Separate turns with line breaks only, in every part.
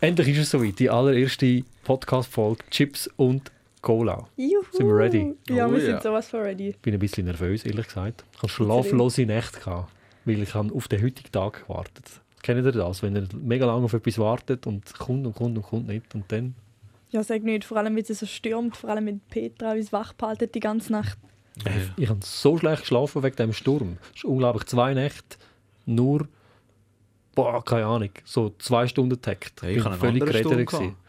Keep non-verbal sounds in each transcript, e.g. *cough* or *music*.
Endlich ist es soweit. Die allererste Podcast-Folge Chips und Cola.
Juhu.
Sind wir ready?
Ja, wir
Oh, ja.
sind sowas von ready.
Ich bin ein bisschen nervös, ehrlich gesagt. Ich habe schlaflose Nächte gehabt, weil ich habe auf den heutigen Tag gewartet. Kennt ihr das? Wenn ihr mega lange auf etwas wartet und es kommt und kommt und kommt nicht und dann...
Ja, sag nicht, vor allem, wenn es so stürmt, vor allem, wenn Petra uns wach behaltet die ganze Nacht.
Ich habe so schlecht geschlafen wegen dem Sturm. Es ist unglaublich. Zwei Nächte nur... Boah, keine Ahnung. So zwei Stunden Takt.
Hey, ich
bin
habe einen
völlig
anderen Sturm
gerädert gewesen.
gehabt.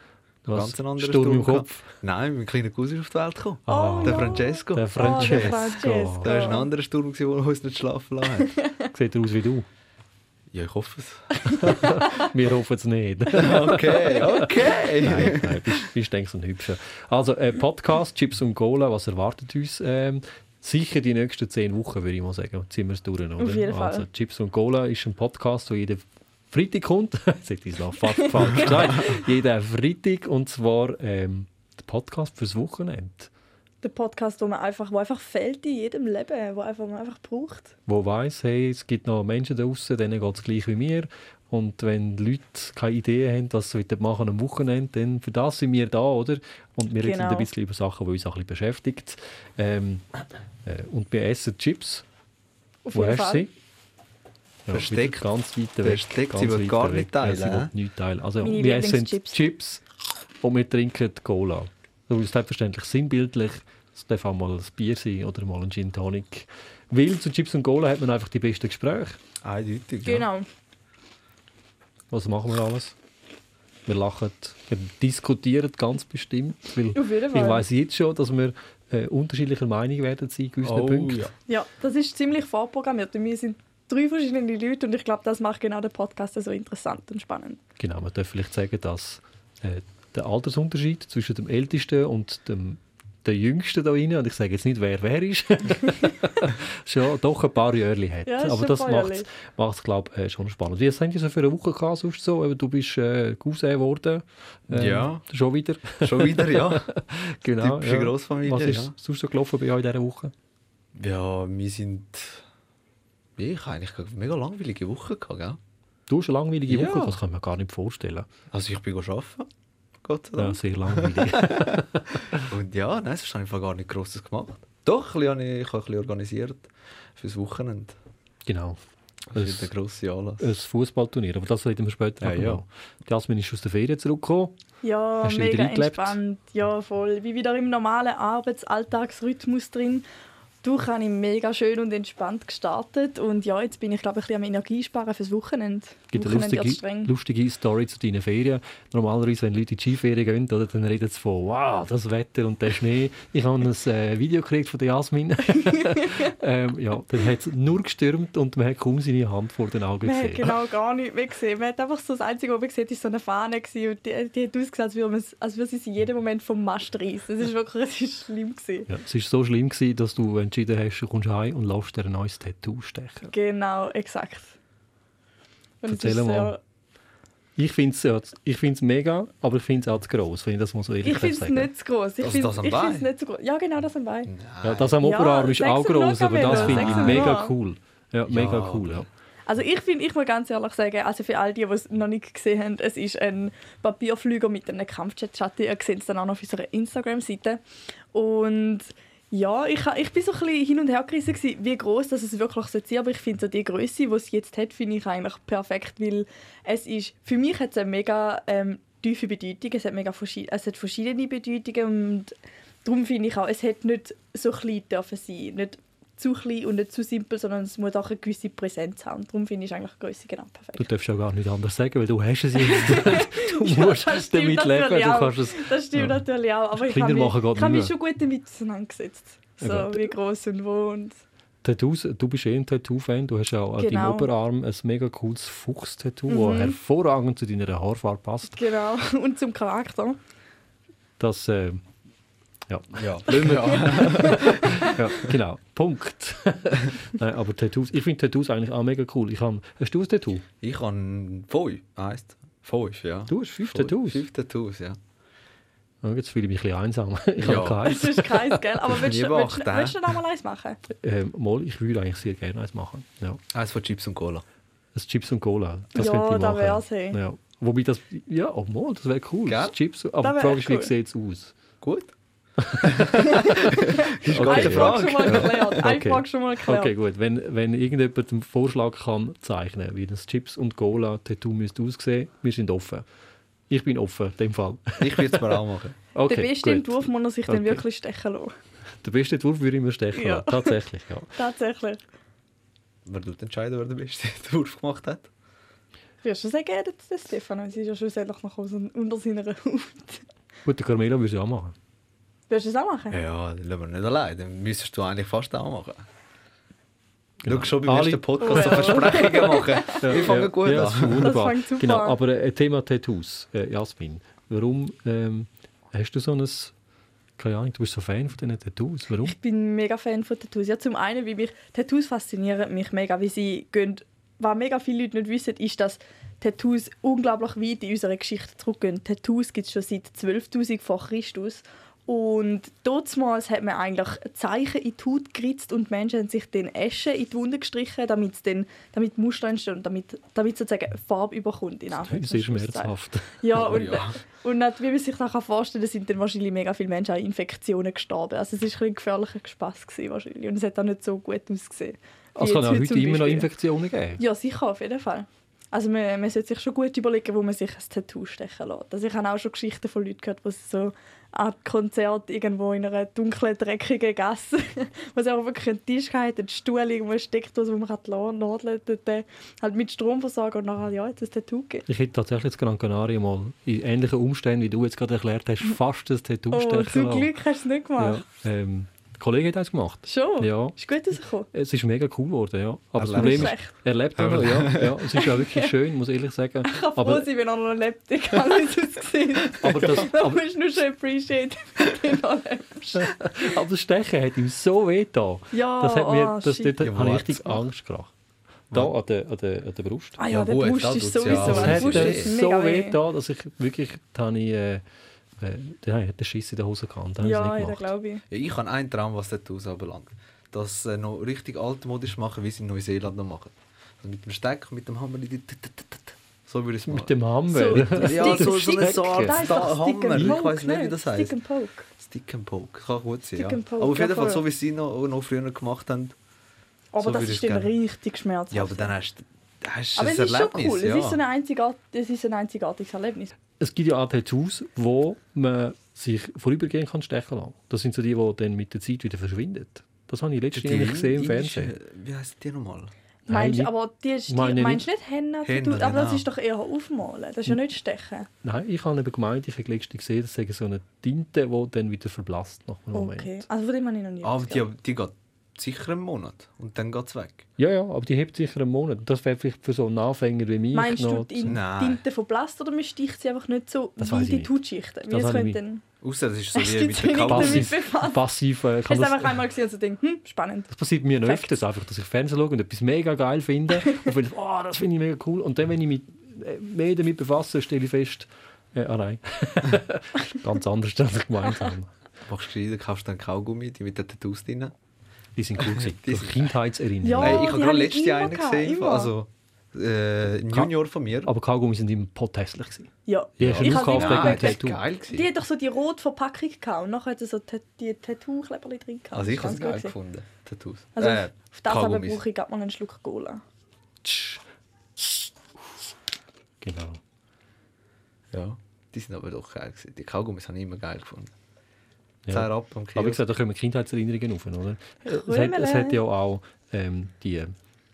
Was?
Ganz einen anderen
Sturm im
Sturm gehabt.
Kopf.
Nein, mein kleiner Cousin ist auf die Welt gekommen.
Oh.
Ah,
der Francesco.
der
Der
Francesco.
Francesco.
war ein anderer Sturm, gewesen, der uns nicht schlafen lassen *laughs* hat.
Sieht er aus wie du.
ja, ich hoffe es.
Wir hoffen es nicht.
*laughs* Okay, okay.
Nein, nein, bist, bist denkst ein hübscher. Also, äh, Podcast, Chips und Cola, was erwartet uns? Ähm, sicher die nächsten zehn Wochen, würde ich mal sagen. Ziehen wir es durch, oder?
Auf jeden Fall.
Also, Chips und Cola ist ein Podcast, der jeden Freitag kommt. *laughs* Jetzt hätte ich es noch fast
*laughs*
falsch gesagt. Jeden Freitag, und zwar ähm, der Podcast fürs Wochenende.
Der Podcast, wo man einfach, wo einfach fehlt in jedem Leben, wo einfach, man einfach braucht.
Wo weiss, hey, es gibt noch Menschen da draußen, denen geht es gleich wie mir. Und wenn die Leute keine Idee haben, was sie machen wollen am Wochenende, dann für das sind wir da, oder? Und wir reden
Genau.
ein bisschen über Sachen, die uns auch ein bisschen beschäftigt. Ähm, äh, und wir essen Chips.
Auf
Wo
jeden
hast du
Fall.
sie? Ja,
Versteckt.
wieder Ganz weit weg.
Versteckt, sie
ganz
will
weit
gar
weg.
nicht teilen,
Ja, sie will
hä?
nicht teilen. Also,
Meine
wir essen
Lieblingschips.
Chips und wir trinken Cola. Das ist selbstverständlich sinnbildlich. Es darf auch mal ein Bier sein oder mal ein Gin Tonic. Weil zu Chips und Cola hat man einfach die besten Gespräche.
Eindeutig. ja.
Genau.
Was Also machen wir alles? Wir lachen, wir diskutieren ganz bestimmt. Weil
Auf jeden
ich
Fall.
weiß jetzt schon, dass wir äh, unterschiedlicher Meinung werden sein gewissen
Oh,
Punkten.
ja.
Ja, das ist ziemlich vorprogrammiert. Und Wir sind drei verschiedene Leute und ich glaube, das macht genau den Podcast so interessant und spannend.
Genau, man darf vielleicht sagen, dass äh, der Altersunterschied zwischen dem Ältesten und dem der Jüngste da rein, und ich sage jetzt nicht, wer wer
*laughs*
ist, *laughs* schon doch ein paar Jahre hat.
Ja, ist
Aber
ein
das
paar
macht
Jahre.
es, glaube ich, äh, schon spannend. Wie hast du so für eine Woche gehabt, sonst so? Eben, Du bist äh, Cousin geworden. ähm,
Ja.
Schon
*laughs*
wieder.
Schon wieder, ja.
Genau,
Typische Grossfamilie,
Was ist
ja.
sonst so gelaufen bei euch in dieser Woche?
*laughs* Ja, wir sind. Ich habe eigentlich eine mega langweilige Woche gehabt, gell?
Du hast eine langweilige
Ja.
Woche, das kann ich mir gar nicht vorstellen.
Also ich bin arbeiten. Gott sei
Ja,
Dank.
sehr
*laughs*
langweilig.
Und ja, nein, sonst habe ich gar nicht Grosses gemacht. Doch, ein bisschen habe ich, ich habe ein bisschen organisiert fürs Wochenende.
genau.
Das ist
Es-
der grosse Anlass.
ein Fußballturnier, aber das reden wir später.
Ja,
aber
ja.
noch. Jasmin ist aus der Ferien zurückgekommen.
Ja,
Hast du wieder
mega
eingelebt?
entspannt. Ja, voll. Wie wieder im normalen Arbeitsalltagsrhythmus drin. Durch habe ich mega schön und entspannt gestartet. Und ja, jetzt bin ich, glaube ich, ein bisschen am Energiesparen fürs Wochenende.
Gibt eine
Wochenende wird's
lustige, lustige Story zu deinen Ferien. Normalerweise, wenn Leute in die Skiferien gehen, oder, dann reden sie von «Wow, das Wetter und der Schnee». Ich habe ein äh, Video gekriegt von der
*laughs*
Jasmin. ähm, ja, dann hat es nur gestürmt und man hat kaum seine Hand vor den Augen
Man hat
gesehen.
genau gar nichts mehr gesehen. Man hat einfach so das Einzige, was man gesehen hat, ist so eine Fahne. Gewesen. Und die, die hat ausgesehen, als würde, man, es- als würde sie sie jeden Moment vom Mast reißen. Es ist wirklich es ist schlimm. Gewesen.
Ja, es war so schlimm, gewesen, dass du entschieden hast, du kommst heim und lässt dir ein neues Tattoo stechen.
Genau, exakt. Und es
Erzähl
ist
mal.
sehr-
Ich finde es ja, ich find's mega, aber ich finde es auch zu gross, wenn ich das mal so ehrlich
Ich finde es
sagen
nicht zu groß. Ich
Also
finde
das am
es
Bein?
nicht zu groß. Ja, genau, das am Bein.
Ja, das am
Ja,
Oberarm ist
sechs
auch
und
gross,
neun
aber das
Kamelo,
finde ich
sechs und
mega
neun.
cool. Ja, mega cool. Ja.
aber-
Also ich finde, ich muss ganz ehrlich sagen, also für all die, die es noch nicht gesehen haben, es ist ein Papierflüger mit einem Kampfjet-Schatten. Ihr seht es dann auch noch auf unserer Instagram-Seite. Und ja, ich, ha- ich bin so ein bisschen hin und her gerissen, gewesen, wie groß das es wirklich sein soll. Aber ich finde so die Größe, die es jetzt hat, finde ich eigentlich perfekt, weil es ist, für mich hat es eine mega ähm, tiefe Bedeutung. Es hat, mega verschi- es hat verschiedene Bedeutungen und darum finde ich auch, es hätte nicht so klein dürfen sein nicht zu klein und nicht zu simpel, sondern es muss auch eine gewisse Präsenz haben. Darum finde ich eigentlich die Größe genau
Du
perfekt.
darfst ja gar nicht anders sagen, weil du hast es
*laughs*
jetzt. Du musst
das stimmt
damit leben.
natürlich
Du
auch.
kannst es.
Das stimmt
Ja.
natürlich auch, aber ich
Kinder
habe mich,
machen geht
ich habe mich
nicht
schon gut damit auseinandergesetzt. So,
Ja, gut.
wie groß und wo und
Tattoos, du bist eh ein Tattoo-Fan. Du hast ja auch an deinem
Genau.
Oberarm ein mega cooles Fuchs-Tattoo,
Mhm.
das hervorragend zu deiner Haarfarbe passt.
genau *laughs* und zum Charakter.
Das, äh, ja,
Ja, ja.
ja, *laughs* genau. Punkt. *laughs* Nein, aber Tattoos, ich finde Tattoos eigentlich auch mega cool. Ich hab, hast du ein Tattoo?
Ich habe fünf, heisst Fünf, ja.
Du hast fünf
Fünf-
Tattoos?
Fünf Tattoos, ja.
Ja, jetzt fühle ich mich ein bisschen einsam. *laughs* Ich
Ja.
habe keins.
Es ist keins, gell? Aber willst, du-
Nie
willst, du-
gemacht, hä?
willst du noch mal eins machen?
Ähm, mal, ich würde eigentlich sehr gerne eins machen. Ja.
Eins von Chips und Cola.
Das Chips und Cola. Das
Ja,
könnte ich
da
machen.
wär's, hey.
Ja. Wobei das, ja, obwohl, das wäre cool.
Gell?
Chips, aber
Das
die
wär
Frage ist, wie
cool.
sieht es aus?
Gut.
Ist
Gute
Eine Frage
Frage.
schon mal erklärt.
*laughs*
Eine
Okay.
Frage schon mal erklärt.
Okay, gut. Wenn, wenn irgendjemand einen Vorschlag kann zeichnen wie das Chips und Cola-Tattoo müsste aussehen, wir sind offen. Ich bin offen, in dem Fall.
Ich würde es mir auch machen.
Okay,
Der beste
gut.
Entwurf muss er sich
Okay.
dann wirklich stechen lassen.
Der beste Entwurf würde ich mir stechen
Ja.
lassen. *laughs* Tatsächlich, ja.
Tatsächlich.
Wer tut entscheiden, wer den besten Entwurf gemacht hat?
Ich würde schon sagen, das ist der Stefan. Sie ist ja schlussendlich noch aus- unter seiner Haut.
Gut, der Carmelo würde es auch machen.
Würdest du das auch machen?
Ja, dann lassen wir nicht allein. Dann müsstest du eigentlich fast auch machen.
Genau.
Du schon beim
Alle-
ersten Podcast so
Oh ja.
Versprechungen machen.
*laughs* Ja,
Wir fangen
ja,
gut
ja, Das
an.
ist wunderbar.
Das fängt super
genau,
an.
aber äh, Thema Tattoos, äh, Jasmin. Warum ähm, hast du so ein... Keine Ahnung, du bist so Fan von diesen Tattoos. Warum?
Ich bin mega Fan von Tattoos. Ja, zum einen, weil mich Tattoos faszinieren mich mega, wie sie gehen. Was mega viele Leute nicht wissen, ist, dass Tattoos unglaublich weit in unserer Geschichte zurückgehen. Tattoos gibt es schon seit 12.000 vor Christus. Und damals hat man eigentlich Zeichen in die Haut geritzt und die Menschen haben sich den Asche in die Wunde gestrichen, damit, es dann, damit Muster entstehen und damit, damit sozusagen Farbe überkommt. In
Sehr
Anführungszeichen.
schmerzhaft.
Ja,
Oh
und,
ja.
und nicht, wie man sich nachher vorstellen kann, sind dann wahrscheinlich mega viele Menschen an Infektionen gestorben. Also es war ein, bisschen ein gefährlicher Spaß gewesen, wahrscheinlich. Und es hat auch nicht so gut ausgesehen. Wie
Es kann
jetzt
Also, auch heute
zum
immer noch
Beispiel.
Infektionen geben.
Ja, sicher, auf jeden Fall. Also man, man sollte sich schon gut überlegen, wo man sich ein Tattoo stechen lässt. Also ich habe auch schon Geschichten von Leuten gehört, die so an Konzert irgendwo in einer dunklen, dreckigen Gasse, *laughs* wo sie auch wirklich einen Tisch hatten, einen Stuhl, irgendwo steckt, wo man die Nadeln dort, äh, halt mit Strom versorgen und nachher ja, jetzt ein Tattoo gegeben.
Ich hätte tatsächlich jetzt Gran Canaria mal in ähnlichen Umständen, wie du jetzt gerade erklärt
*laughs*
hast, fast ein Tattoo
Oh,
stechen
zum
lassen.
Glück hast du es nicht gemacht.
Ja, ähm, der Kollege hat eins gemacht.
Schon?
Ja.
Ist gut rausgekommen?
Es ist mega cool geworden, ja. Aber das
Erlebt.
Problem ist,
Schlecht.
erlebt er noch,
*laughs*
ja. ja. Es ist ja wirklich schön, muss ich ehrlich sagen.
Ich kann froh
Aber,
sein, wenn er noch lebt. Ich
*laughs*
kann alles ausgesehen.
aber, das,
Man
aber,
muss nur schon
*laughs*
appreciate, wenn du noch lebst.
aber das Stechen hat ihm so weh getan.
Ja,
Das hat mir,
ah,
das, dort
shit.
Ja,
habe ich
wo
richtig
hat's
Angst gehabt. Da an der, an der, an der Brust.
Ah
Ja,
ja, der
gut,
Brust
das
ist
tut's
sowieso.
ja.
Das
aber
der
hat
Brust
weh.
äh,
ist mega
so weh
weh.
getan, dass ich wirklich, da habe ich, äh, äh, da habe ich den Schiss in der Hose gehabt. Da habe
Ja,
ich es
ja, da
nicht gemacht.
glaube ich.
Ja, ich habe einen Traum, was Tattoos anbelangt. Das äh, noch richtig altmodisch machen, wie sie in Neuseeland noch machen. Also mit dem Steck, mit dem Hammer. die- die- die- die- die- So würde ich es machen.
Mit dem Hammer.
So,
ja, so, so eine
Stick-
Sorte
Da ist doch Stick
Hammer.
and
Ich
Poke,
weiß nicht, wie das
Stick
heisst.
and Poke.
Stick and Poke. Kann gut sein.
Stick
Ja.
and Poke,
Aber auf jeden
ja,
Fall,
voll.
so wie sie noch, noch früher gemacht haben.
Aber
So
das
würde
ist
ich
dann
gerne.
richtig schmerzhaft.
Ja, aber dann hast du hast du
Aber
ein
es ist schon
Erlebnis.
cool.
dus ja.
Es, ist so ein einzigart- es ist ein einzigartiges Erlebnis.
Es gibt ja auch Tattoos, wo man sich vorübergehend kann stechen lassen Das sind so die, die dann mit der Zeit wieder verschwinden. Das habe ich
Die
letztes Jahr gesehen im
indische-
Fernsehen.
Wie heisst die nochmal?
Nein,
Meinst,
nicht-
aber die, ist- die,
meine
meinst du nicht Henna?
Henna,
Tattoo? aber das
genau.
ist doch eher aufmalen. Das ist ja nicht stechen.
Nein, ich habe eben gemeint, ich habe letztens gesehen, das sei so eine Tinte, die dann wieder verblasst nach einem
Okay.
Moment.
Also von dem habe ich noch nie
Ah, Aber
gehört.
die, die geht sicher einen Monat und dann geht es weg.
Ja, ja, aber die hebt sicher einen Monat. Das wäre vielleicht für so einen Anfänger wie mich
Meinst du
noch...
die
Nein.
Tinte von Blast oder man sticht sie einfach nicht so
Das
wie
weiss ich
die
nicht.
Hautschichten? Wie
Das
es
habe ich
könnte dann...
Außer das ist so
Es
wie
gibt
mit
so
der
wenig
Kamera.
damit.
passiv,
befasst.
passiv äh,
Hast
kann
du es
das...
einfach einmal gesehen und so denkt, hm, spannend.
Das passiert mir
Perfekt.
öfters einfach, dass ich Fernsehen schaue und etwas mega geil
*laughs*
finde und finde, oh, das finde ich mega cool. Und dann, wenn ich mich äh, mehr damit befasse, stelle ich fest, äh, ah nein, *laughs* ganz anders als ich gemeint habe.
Machst du gescheiter, kaufst dann Kaugummi, die mit den Tattoos drin.
Die sind cool gewesen,
Die
durch
sind-
Kindheitserinnerungen.
Ja.
Hey,
Oh, die
ich habe
habe
gerade
ich
letztes Jahr
immer
einen
gehabt,
gesehen,
immer.
also äh, ein Junior von mir.
Aber Kaugummi sind immer potthässlich. gewesen.
Ja.
Die hast du
Ich habe
gekauft
die
wegen
immer
dem
gegessen.
Tattoo.
Ah, geil
Die
gewesen.
hat doch so die rote Verpackung gehabt und nachher hat sie so tat- die Tattoo-Kleberli drin gehabt.
Also ich habe
Das ist ganz
es geil
gut gewesen.
gefunden, Tattoos.
Also
Äh,
auf das aber
Kaugummis.
brauche ich gerade mal einen Schluck Cola.
Genau.
Ja, die sind aber doch geil gewesen. Die Kaugummis habe ich immer geil gefunden.
Ja.
Zehn ab am Kilo.
Aber wie gesagt, da kommen Kindheitserinnerungen auf, oder? Es
will
hat, es hat
nicht.
ja auch ähm, die,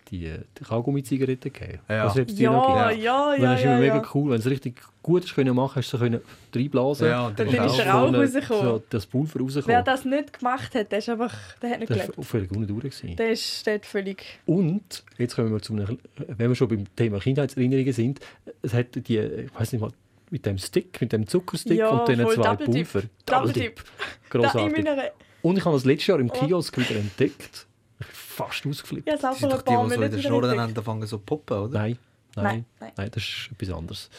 die, die Kaugummi-Zigaretten gegeben.
Ja.
Also, ob es die noch gibt.
Ja,
gibt.
ja,
Und dann
ja,
ist es immer
ja.
mega
ja.
cool. Wenn du es richtig gut hast können machen, hast du es können reinblasen
Ja, und dann ist
der
so
Rauch
eine-
rausgekommen.
So das Pulver rausgekommen.
Wer das nicht gemacht hat, der ist einfach... Der hat nicht
das
gelebt.
war völlig ohne Dauer. gewesen.
Der ist steht völlig...
Und, jetzt kommen wir zu einem, wenn wir schon beim Thema Kindheitserinnerungen sind, es hat die, ich weiß nicht mal, mit dem Stick, mit dem Zuckerstick
Ja,
und diesen
voll,
zwei
Double Dip.
Pulver.
Double Dip. Da in
Grossartig.
meiner...
Und ich habe das letztes Jahr im Kiosk wieder entdeckt. Ich bin fast ausgeflippt.
Oh. Ja, es
die
auch
sind
vor ein
doch die, die
paar
so in
Minuten
der Schnur dann
entdeckt.
anfangen so zu poppen, oder?
Nein, nein, nein,
Nein, nein.
das ist etwas anderes.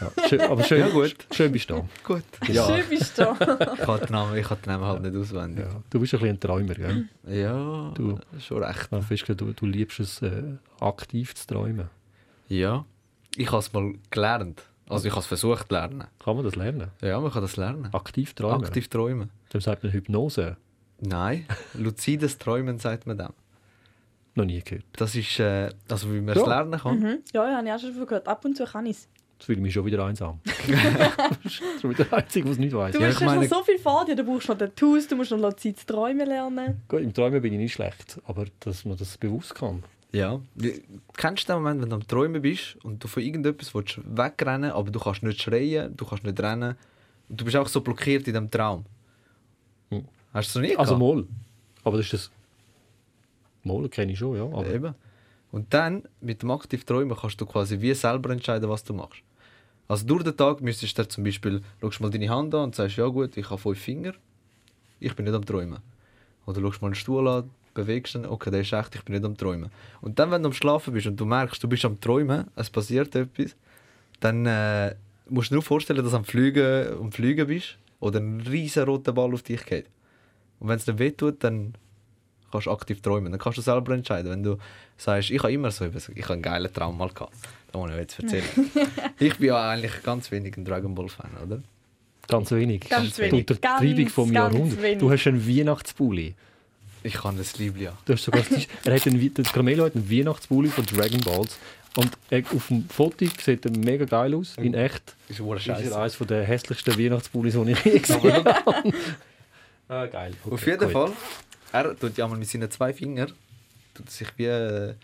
Ja, schön, aber schön,
Ja, gut.
schön bist du da.
Gut.
Ja.
Schön bist du. *laughs*
Ich kann den Namen, ich kann den Namen halt nicht auswendig.
Ja, du bist ein bisschen ein Träumer,
Mhm.
gell?
Ja,
Du.
schon recht.
Ja, Fischke, du, du liebst es, äh, aktiv zu träumen.
Ja. Ich habe es mal gelernt. Also ich habe es versucht zu lernen.
Kann man das lernen?
Ja, man kann das lernen.
Aktiv träumen.
Aktiv träumen.
Dem sagt man Hypnose.
Nein, luzides Träumen sagt man dem.
Noch nie gehört.
Das ist, äh, also wie man es
Ja.
lernen kann.
Mhm. Ja, ja, habe ich auch schon davon gehört. Ab und zu kann ich es.
Das fühle ich mich schon wieder
*laughs*
einsam. das ist schon wieder der Einzige, der es nicht weiß.
Du
Ja,
hast
ich
schon
meine-
so viel vor dir. Du brauchst noch den Tools, du musst noch Zeit zu träumen lernen.
Gut, Im Träumen bin ich nicht schlecht, aber dass man das bewusst kann.
Ja. Wie- Kennst du den Moment, wenn du am Träumen bist und du von irgendetwas willst wegrennen aber du kannst nicht schreien, du kannst nicht rennen. Und du bist einfach so blockiert in diesem Traum.
Hm.
Hast du es noch nie
Also
gehabt?
Moll. Aber das ist das... Moll kenne ich schon, ja. Aber
Eben. Und dann, mit dem aktiv Träumen, kannst du quasi wie selber entscheiden, was du machst. Also durch den Tag müsstest du dir zum Beispiel, schaust mal deine Hand an und sagst, ja gut, ich habe fünf Finger, ich bin nicht am Träumen. Oder schaust mal einen Stuhl an, bewegst ihn, okay, der ist echt, ich bin nicht am Träumen. Und dann, wenn du am Schlafen bist und du merkst, du bist am Träumen, es passiert etwas, dann äh, musst du dir nur vorstellen, dass du am Fliegen, am Fliegen bist oder ein riesen roter Ball auf dich geht. Und wenn es dir wehtut, dann kannst du aktiv träumen. Dann kannst du selber entscheiden. Wenn du sagst, ich habe immer so etwas- ich habe einen geilen Traum mal gehabt. Da muss ich jetzt erzählen. ich bin ja eigentlich ganz wenig ein Dragon Ball Fan, oder?
ganz wenig.
Ganz
Die
wenig.
Untertreibung
Ganz,
vom
ganz
Jahrhundert.
wenig.
Du hast einen Weihnachtsbulli.
Ich kann das Liebling ja.
Du hast sogar er hat einen, Wei- der Carmelo hat einen Weihnachtsbulli von Dragon Balls. Und er, auf dem Foto sieht er mega geil aus. In echt
Ist wohl
ist er
scheiße.
eines der hässlichsten Weihnachtsbullis, die ich je gesehen habe. *laughs* ah, geil. Okay,
Auf jeden
gut.
Fall, er tut ja mal mit seinen zwei Fingern tut sich wie äh,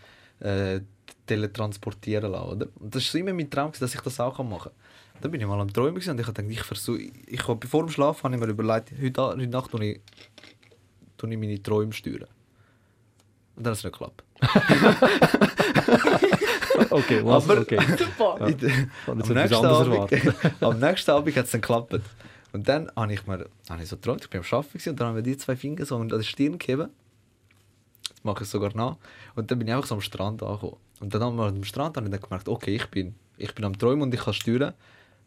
äh, teletransportieren lassen, oder? Und das war so immer mein Traum, gewesen, dass ich das auch machen kann. Dann bin ich mal am Träumen gewesen und ich habe gedacht, ich versuche, ich habe bevor dem Schlaf habe ich mir überlegt, heute, heute Nacht tue ich, tue ich meine Träume steuern. Und dann hat es nicht geklappt.
Okay, was?
Aber-
Okay.
Super.
*laughs* Ja.
Ich-
Kann
Am
jetzt etwas
nächsten,
anderes
Abend,
erwarten.
*laughs* am nächsten Abend hat es dann geklappt. Und dann habe ich mir habe ich so geträumt, ich bin am Arbeiten gewesen, und dann haben wir die zwei Finger so an die Stirn gegeben. Das mache ich sogar nach. Und dann bin ich einfach so am Strand angekommen. Und dann haben wir am Strand habe ich dann gemerkt, okay, ich bin, ich bin am Träumen und ich kann steuern.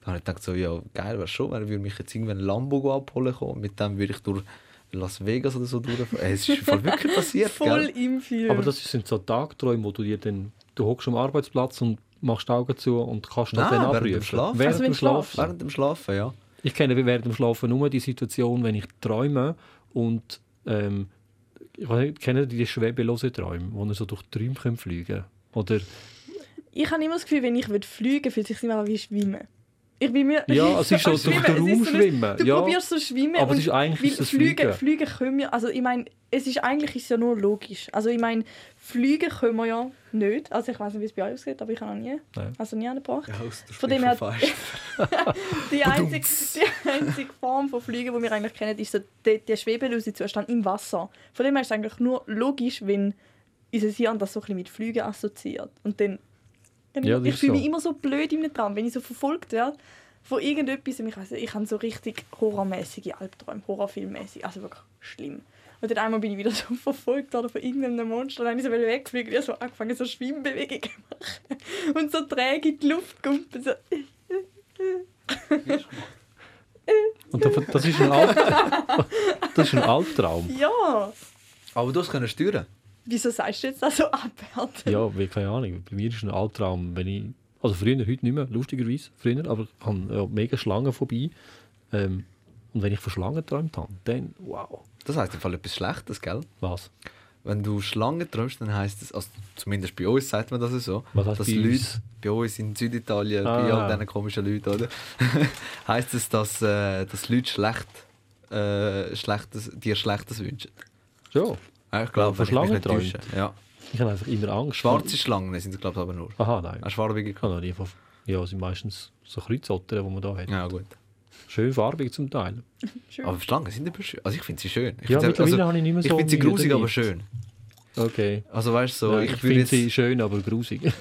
Dann habe ich gedacht, so, ja, geil wäre schon, wenn ich mich jetzt irgendwann ein Lambo abholen kommen. Mit dem würde ich durch Las Vegas oder so durchfahren. Ey, es ist im
*laughs*
Fall wirklich passiert,
Voll
gell?
im Film.
Aber das sind so Tagträume, wo du dir dann, du hockst am Arbeitsplatz und machst die Augen zu und kannst das
Nein,
dann
während
abprüfen.
dem Schlafen.
Während
Also, wenn
dem
du schlafst.
Schlafen.
Während dem Schlafen, ja.
Ich kenne während dem Schlafen nur die Situation, wenn ich träume und ähm, ich weiß nicht, kennen die schwebelose Träume, wo man so durch die Träume können fliegen
*laughs*
Oder
ich habe immer das Gefühl, wenn ich würde fliegen würde, fühlt es sich immer an wie Schwimmen. Ich bin mir
Ja,
*laughs*
es ist so durch den
Schwimmen, es
Raum
ist so ein-
schwimmen.
Du
ja.
probierst so schwimmen
Aber
und
es ist eigentlich
weil
ist das
Fliegen,
Fliegen.
Fliegen können wir, also ich meine, es ist eigentlich ist es ja nur logisch. Also ich meine, Fliegen können wir ja nicht. Also ich weiß nicht, wie es bei euch aussieht, aber ich habe noch nie,
Nein.
also nie angebracht.
ja aus der
Von dem her-
Spitzenfest.
Die, einzige, die einzige Form von Fliegen, die wir eigentlich kennen, ist so der, der schwebelose Zustand im Wasser. Von dem her ist es eigentlich nur logisch, wenn unser Hirn das so ein bisschen mit Fliegen assoziiert. Und dann, dann
Ja, das
ich
ist
fühle
so.
mich immer so blöd im Traum, wenn ich so verfolgt werde von irgendetwas. Und ich, weiss, nicht, ich habe so richtig horrormäßige Albträume, horrorfilmmäßig, also wirklich schlimm. Und dann einmal bin ich wieder *laughs* so verfolgt worden von irgendeinem Monster, dann habe ich so wegfliegen und ich habe so angefangen, so Schwimmbewegungen zu machen. *laughs* Und so träge in die Luft gumpeln. So.
Und das- das ist
*laughs*
ein Alt Das ist ein Albtraum.
Ja!
Aber du hast können steuern.
Wieso sagst du jetzt das so abwertend?
Ja, weil, keine Ahnung. Bei mir ist ein Albtraum, wenn ich. Also früher, heute nicht mehr, lustigerweise. Früher, aber ich habe ja, mega Schlangen vorbei. Ähm, und wenn ich von Schlangen geträumt habe, dann wow.
Das heisst im Fall etwas Schlechtes, gell?
Was?
Wenn du Schlangen träumst, dann heisst es, also zumindest bei uns sagt man das so,
Was heisst
dass
bei
Leute
uns?
bei uns in Süditalien, bei
Ah.
all diesen komischen Leuten, oder? *laughs* heisst es, dass, äh, dass Leute schlecht, äh, schlechtes, dir Schlechtes wünschen.
So.
Ja, ich glaube,
Von
wenn ich mich nicht
Schlangen
täusche. Ja.
Ich habe einfach immer Angst. vor-
Schwarze Schlangen sind es, glaube ich, aber nur.
Aha, nein.
Hast du farbige
Ich habe
gehabt?
noch nie von. Also Ja, es sind meistens so Kreuzottern, die man da hat.
Ja, gut.
Schön farbig zum Teil.
Schön.
Aber Schlangen sind aber schön. Also ich finde sie schön. Ich
Ja,
finde sie-
mittlerweile habe ich nicht mehr
Ich
so
finde sie
Mühe
grusig, aber
damit.
schön.
Okay.
Also weißt du, so,
Nein,
ich,
ich
würde
finde
jetzt...
sie schön, aber grusig. *laughs*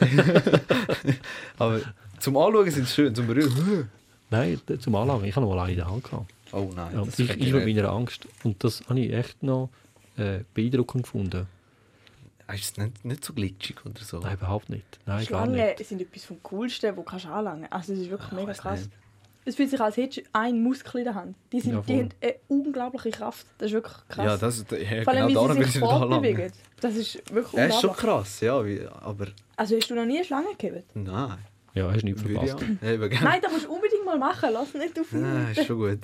Aber zum Anschauen sind sie schön, zum Berühren... *laughs*
nein, d- zum Anlangen. Ich habe noch mal eine in der Hand gehabt.
Oh nein,
Ja,
das
ich
finde
ich mit
nicht.
meiner Angst. Und das habe ich echt noch äh, beeindruckend gefunden.
Ah, Ist es nicht, nicht so glitschig oder so?
Ah,
Nein, überhaupt nicht. Nein, gar
Schlangen
nicht.
sind etwas vom Coolsten, das kannst du anlangen kannst. Also es ist wirklich
Ja,
mega
weiss
krass.
nicht.
Es fühlt sich an, als hättest du einen Muskel in der Hand. Die, sind,
Ja,
die
voll.
haben eine unglaubliche Kraft. Das ist wirklich krass.
Ja, das, ja,
Vor allem,
genau
wie
darum
sie sich
bin ich da lang.
fortbewegen. Das ist wirklich
Ja, ist schon
unglaublich.
krass, ja, wie, aber *clears throat*
Also hast du noch nie eine Schlange gegeben?
nein.
Ja, hast du nichts
Würde ich
verpasst.
auch. Ja, eben, gell?
*laughs* Nein, das musst du unbedingt mal machen. Lass nicht auf.
Ah, ist schon gut.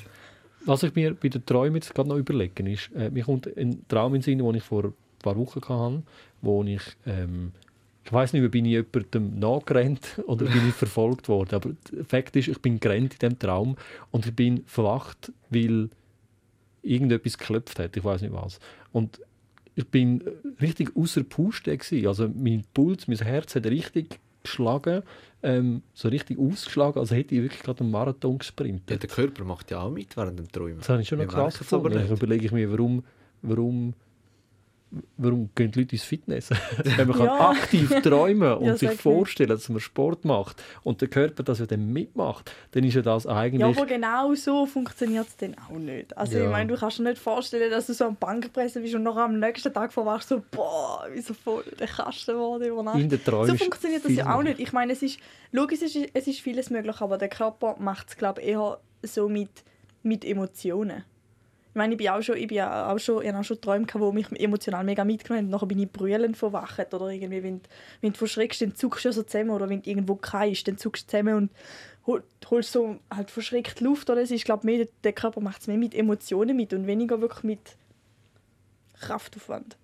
Was ich mir bei den Träumen jetzt gerade noch überlegen ist, äh, mir kommt ein Traum in den Sinn, den ich vor ein paar Wochen hatte, wo ich, ähm, ich weiß nicht, mehr, bin ich jemandem nachgerannt *laughs* oder bin ich verfolgt worden, aber der Fakt ist, ich bin gerannt in diesem Traum und ich bin verwacht, weil irgendetwas geklopft hat, ich weiß nicht was. Und ich bin richtig außer Puste gsi, also mein Puls, mein Herz hat richtig geschlagen, ähm, so richtig ausgeschlagen, als hätte ich wirklich gerade einen Marathon gesprintet.
Ja, der Körper macht ja auch mit während dem Träumen.
Das habe ich schon noch
Wir
krass
merken es
gefunden.
aber
Dann
nicht.
überlege ich mir, warum, warum, warum gehen die Leute ins Fitness? *laughs* Wenn man
*laughs* Ja.
kann aktiv träumen und sich
sag ich.
vorstellen, dass man Sport macht und der Körper das ja dann mitmacht, dann ist ja das
Ja,
eigentlich...
aber genau so funktioniert es dann auch nicht. Also
Ja.
ich meine, du kannst dir nicht vorstellen, dass du so am Bankpressen bist und noch am nächsten Tag verwachst so, boah, wie so voll der Kasten wurde über Nacht.
in den Träumen
So
ist
funktioniert das
viel
ja auch
mehr.
nicht. Ich meine, es ist, logisch es ist, es ist vieles möglich, aber der Körper macht es, glaube ich, eher so mit, mit Emotionen. Ich meine, ich bin auch schon, ich bin ja auch schon, ich habe auch schon Träume gehabt, die mich emotional mega mitgenommen haben. Nachher bin ich brüllend verwacht oder irgendwie, wenn, du- wenn du verschreckst, dann zuckst du ja so zusammen oder wenn du irgendwo kreist, dann zuckst du zusammen und hol, holst so halt verschreckt Luft oder es ist, glaube ich, mehr, der- der Körper macht es mehr mit Emotionen mit und weniger wirklich mit Kraftaufwand.